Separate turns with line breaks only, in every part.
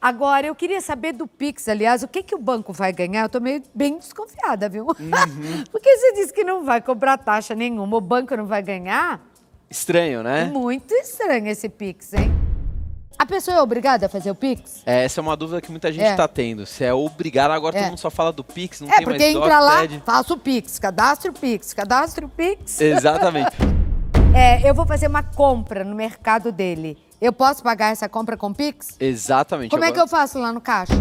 Agora, eu queria saber do Pix, aliás, o que, que o banco vai ganhar? Eu tô meio bem desconfiada, viu?
Uhum.
Porque você disse que não vai cobrar taxa nenhuma, o banco não vai ganhar?
Estranho, né?
Muito estranho esse Pix, hein? A pessoa é obrigada a fazer o Pix?
É, essa é uma dúvida que muita gente
É.
tá tendo. Se é obrigado, agora
É.
todo mundo só fala do Pix, não
é,
tem mais
porque entra
doc,
lá,
pede.
faço o Pix, cadastro o Pix, cadastro o Pix.
Exatamente.
É, eu vou fazer uma compra no mercado dele. Eu posso pagar essa compra com Pix?
Exatamente.
Como é que
Agora-
eu faço lá no caixa?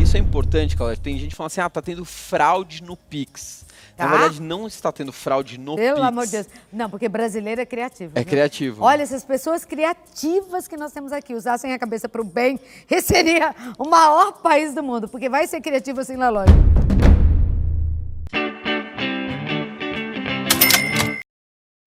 Isso é importante, Claudio. Tem gente falando assim, ah, tá tendo fraude no Pix.
Tá.
Na verdade, não está tendo fraude no Pix.
Pelo amor de Deus. Não, porque brasileiro é criativo.
É
viu?
criativo.
Olha, essas pessoas criativas que nós temos aqui usassem a cabeça para o bem, esse seria o maior país do mundo, porque vai ser criativo assim na loja.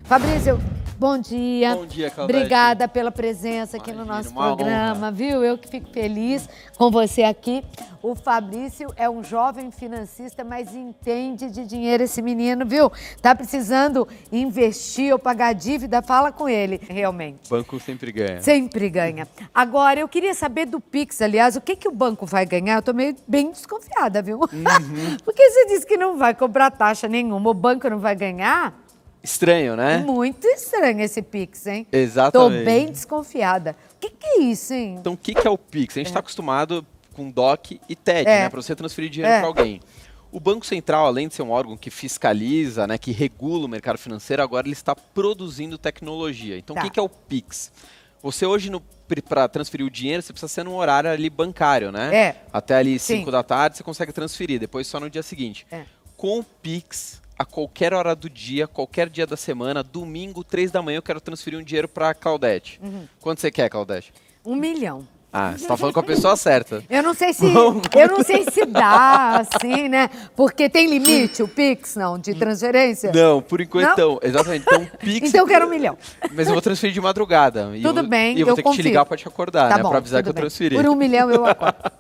Fabrício, bom dia.
Bom dia, Claudete.
Obrigada pela presença Tá aqui no
Imagina,
nosso
uma honra.
programa, viu? Eu que fico feliz com você aqui. O Fabrício é um jovem financista, mas entende de dinheiro esse menino, viu? Tá precisando investir ou pagar dívida, fala com ele, realmente.
Banco sempre ganha.
Sempre ganha. Agora, eu queria saber do Pix, aliás, o que, que o banco vai ganhar? Eu tô meio bem desconfiada, viu?
Uhum.
Porque você disse que não vai cobrar taxa nenhuma, o banco não vai ganhar?
Estranho, né?
Muito estranho esse Pix, hein? Tô
Exatamente.
bem desconfiada. O que, que é isso, hein?
Então, o que, que é o Pix? A gente está acostumado com DOC e TED,
É.
né? Para você transferir dinheiro
É.
para alguém. O Banco Central, além de ser um órgão que fiscaliza, né, que regula o mercado financeiro, agora ele está produzindo tecnologia. Então,
Tá.
o que, que é o Pix? Você hoje, para transferir o dinheiro, você precisa ser num horário ali bancário, né?
É.
Até ali
Sim.
5 da tarde você consegue transferir, depois só no dia seguinte.
É.
Com o Pix, a qualquer hora do dia, qualquer dia da semana, domingo, 3 da manhã, eu quero transferir um dinheiro para Claudete.
Uhum.
Quanto você quer, Claudete?
Um milhão.
Ah, você tá falando com a pessoa certa.
Eu não sei se.
Um
Eu não sei se dá, assim, né? Porque tem limite o Pix, não, de transferência?
Hum. Não, por enquanto não. Exatamente. Então, Pix.
Então eu quero um milhão.
Mas eu vou transferir de madrugada. E
Tudo
eu, vou-
bem,
E eu vou
eu
ter que
confio.
te ligar pra te acordar,
tá
né?
bom.
pra avisar que
tudo
eu
bem.
transferi.
Por um milhão eu acordo.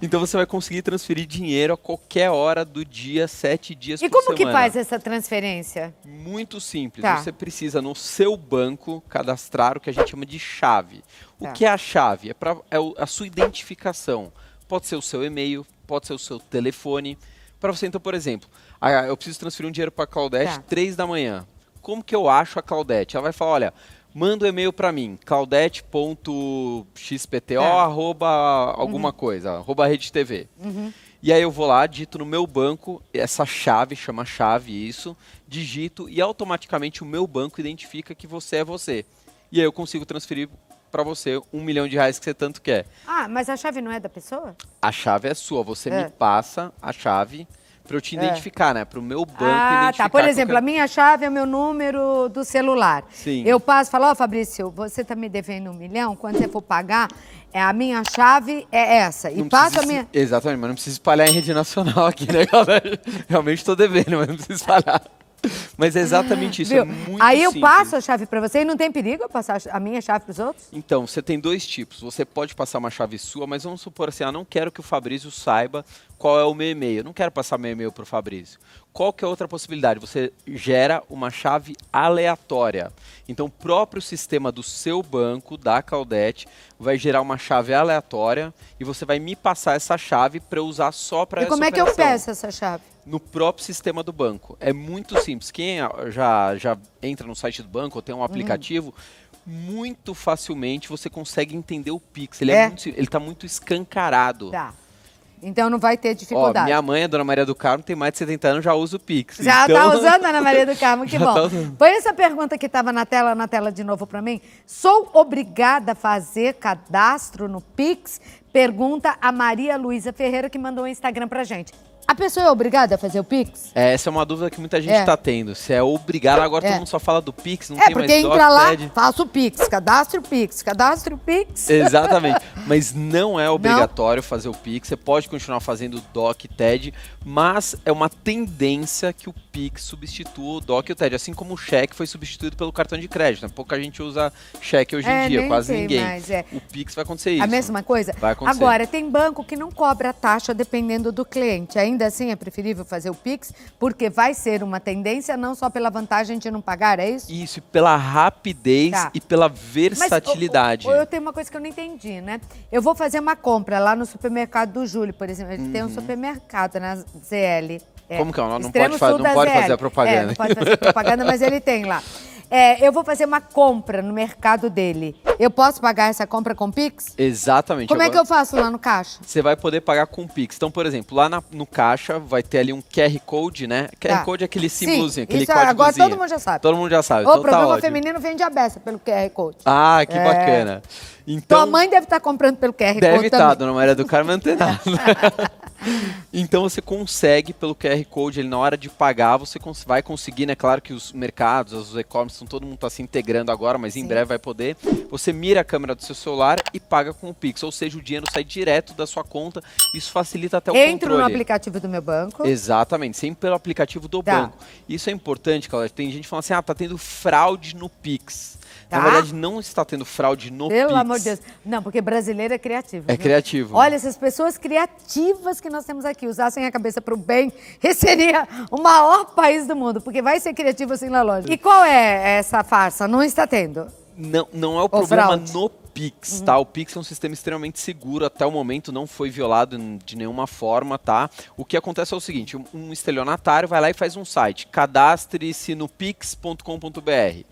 Então você vai conseguir transferir dinheiro a qualquer hora do dia, sete dias
E
por
como que
semana.
faz essa transferência?
Muito simples.
Tá.
Você precisa, no seu banco, cadastrar o que a gente chama de chave. O
Tá.
que é a chave? É, pra, é o- a sua identificação. Pode ser o seu e-mail, pode ser o seu telefone. Para você, então, por exemplo, ah, eu preciso transferir um dinheiro para a Claudete
Tá.
3 da manhã. Como que eu acho a Claudete? Ela vai falar, olha, manda um e-mail para mim, claudete.xpto,
Tá. Uhum.
arroba alguma coisa, arroba rede TV. E aí eu vou lá, digito no meu banco, essa chave, chama chave isso, digito e automaticamente o meu banco identifica que você é você. E aí eu consigo transferir para você um milhão de reais que você tanto quer.
Ah, mas a chave não é da pessoa?
A chave é sua, você
É.
me passa a chave para eu te
É.
identificar, né? Para o meu banco
ah,
identificar.
tá. Por
que eu
exemplo, a
quero-
minha chave é o meu número do celular.
Sim.
Eu passo e falo, ó, Fabrício, você tá me devendo um milhão, quando você for pagar, é, a minha chave é essa. E
Não
passo
precisa
a minha.
se- Exatamente, mas não precisa espalhar em rede nacional aqui, né, galera? Realmente estou devendo, mas não precisa espalhar. Mas é exatamente isso, é
Viu?
muito
Aí eu
simples.
passo a chave pra você e não tem perigo eu passar a minha chave pros outros?
Então, você tem dois tipos. Você pode passar uma chave sua, mas vamos supor assim, ah, não quero que o Fabrício saiba qual é o meu e-mail. Eu Não quero passar meu e-mail para o Fabrício. Qual que é outra possibilidade? Você gera uma chave aleatória. Então, o próprio sistema do seu banco, da Claudete, vai gerar uma chave aleatória e você vai me passar essa chave para eu usar só
E
para essa
como é que eu
operação
peço essa chave?
no próprio sistema do banco. É muito simples. Quem ah, já, já entra no site do banco ou
Uhum.
tem um aplicativo, muito facilmente você consegue entender o Pix. Ele
É.
é muito sim- ele está muito escancarado.
Tá. Então não vai ter
Ó,
dificuldade.
minha mãe, a dona Maria do Carmo, tem mais de 70 anos, já usa o Pix.
Já
Então-
tá usando, Ana Maria do Carmo, que
Já
bom.
tá usando.
Põe essa pergunta que estava na tela, na tela de novo para mim. Sou obrigada a fazer cadastro no Pix? Pergunta a Maria Luísa Ferreira, que mandou o Instagram pra gente. A pessoa é obrigada a fazer o Pix?
É, essa é uma dúvida que muita gente
É.
está tendo. Se é obrigado, agora
É.
todo mundo só fala do Pix, não
é,
tem mais
porque entra
doc,
lá,
TED.
faço o Pix, cadastro o Pix, cadastro o Pix.
Exatamente. Mas não é obrigatório fazer o Pix. Você pode continuar fazendo o DOC e TED, mas é uma tendência que o Pix substitua o DOC e o TED. Assim como o cheque foi substituído pelo cartão de crédito. Né? Pouca gente usa cheque hoje
É,
em dia,
nem
quase
tem
ninguém.
mais, é.
O Pix vai acontecer isso.
A mesma coisa?
Vai acontecer.
Agora, tem banco que não cobra taxa dependendo do cliente. Ainda Ainda assim, é preferível fazer o Pix, porque vai ser uma tendência, não só pela vantagem de não pagar, é isso?
Isso, e pela rapidez
Tá.
e pela
Mas,
versatilidade.
ô, ô, ô, eu tenho uma coisa que eu não entendi, né? Eu vou fazer uma compra lá no supermercado do Júlio, por exemplo. Ele tem um supermercado na ZL. é,
Uhum. Como que é? Não- não
extremo
pode fa-
sul
não
da
pode
ZL.
fazer a propaganda.
É, não pode fazer propaganda, mas ele tem lá. É, eu vou fazer uma compra no mercado dele. Eu posso pagar essa compra com Pix?
Exatamente.
Como é que
agora-
eu faço lá no caixa?
Você vai poder pagar com Pix. Então, por exemplo, lá na- no caixa vai ter ali um QR Code, né? QR
Tá.
Code é aquele
Sim,
símbolozinho, aquele
isso é,
código.
agora todo mundo já sabe.
Todo mundo já sabe.
o
então tá
programa
ótimo.
feminino vende a beça pelo QR Code.
Ah, que bacana. Então,
Tua mãe deve estar comprando pelo QR
Deve
Code
estar,
também.
Dona Maria do Carmo é antenada. então você consegue pelo QR Code, ele na hora de pagar, você cons- vai conseguir, né? Claro que os mercados, os e-commerce, estão- todo mundo está se integrando agora, mas em
Sim.
breve vai poder. Você mira a câmera do seu celular e paga com o Pix, ou seja, o dinheiro sai direto da sua conta. Isso facilita até tá o
Entro no
controle.
aplicativo do meu banco.
Exatamente, sempre pelo aplicativo do
Tá.
banco. Isso é importante, Claudia. Tem gente falando assim: ah, tá tendo fraude no Pix. Na
Tá.
verdade, não está tendo fraude no Pix.
Pelo amor de Deus. Não, porque brasileiro é criativo.
É
viu?
criativo.
Olha, essas pessoas criativas que nós temos aqui usassem a cabeça para o bem, e seria o maior país do mundo, porque vai ser criativo assim na loja. E qual é essa farsa? Não está tendo.
Não, não é o problema
fraude. Uhum.
no Pix, tá? O Pix é um sistema extremamente seguro, até o momento não foi violado n- de nenhuma forma, tá? O que acontece é o seguinte, um- um estelionatário vai lá e faz um site, cadastre-se no pix.com.br.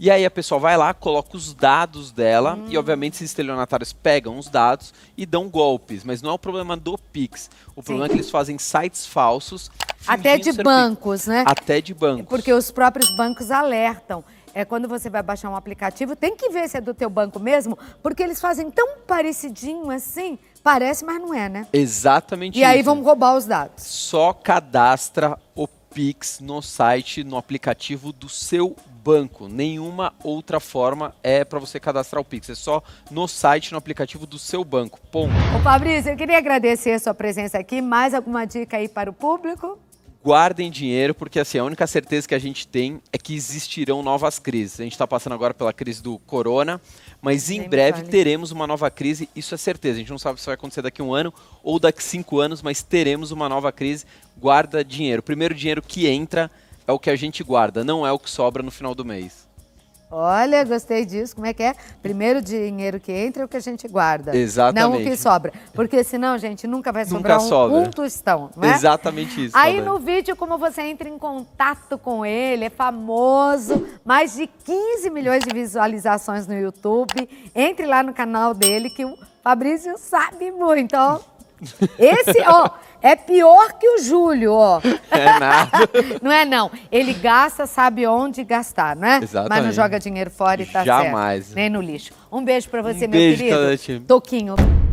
E aí a pessoa vai lá, coloca os dados dela
Hum.
e obviamente esses estelionatários pegam os dados e dão golpes, mas não é o problema do Pix. O problema é que eles fazem sites falsos,
Até
fingindo
de
ser o Pix.
bancos, né?
até de banco.
Porque os próprios bancos alertam. É quando você vai baixar um aplicativo, tem que ver se é do teu banco mesmo, porque eles fazem tão parecidinho assim, parece, mas não é, né?
Exatamente
E aí
isso.
vão roubar os dados.
só cadastra o Pix no site, no aplicativo do seu banco. Nenhuma outra forma é para você cadastrar o Pix. É só no site, no aplicativo do seu banco. Ponto.
Ô Fabrício, eu queria agradecer a sua presença aqui. Mais alguma dica aí para o público?
Guardem dinheiro, porque assim, a única certeza que a gente tem é que existirão novas crises. A gente está passando agora pela crise do corona, mas
Nem
em
me
breve
fale.
teremos uma nova crise, isso é certeza. A gente não sabe se vai acontecer daqui a um ano ou daqui a cinco anos, mas teremos uma nova crise. Guarda dinheiro. O primeiro dinheiro que entra é o que a gente guarda, não é o que sobra no final do mês.
Olha, gostei disso. Como é que é? Primeiro dinheiro que entra é o que a gente guarda. Não o
Exatamente.
que sobra. Porque senão, gente, nunca vai
Nunca
sobrar um,
sobra.
um tostão, não é?
Exatamente isso.
Aí
Tadane.
no vídeo, como você entra em contato com ele, é famoso, mais de 15 milhões de visualizações no YouTube. Entre lá no canal dele, que o Fabrício sabe muito, ó. Esse, ó, é pior que o Júlio, ó.
É nada.
Não é, não. Ele gasta, sabe onde gastar, né? Mas não
Exatamente.
joga dinheiro fora e tá certo.
Jamais.
Nem no lixo. Um beijo pra você,
Um
meu
beijo,
querido.
Claudete.
Toquinho.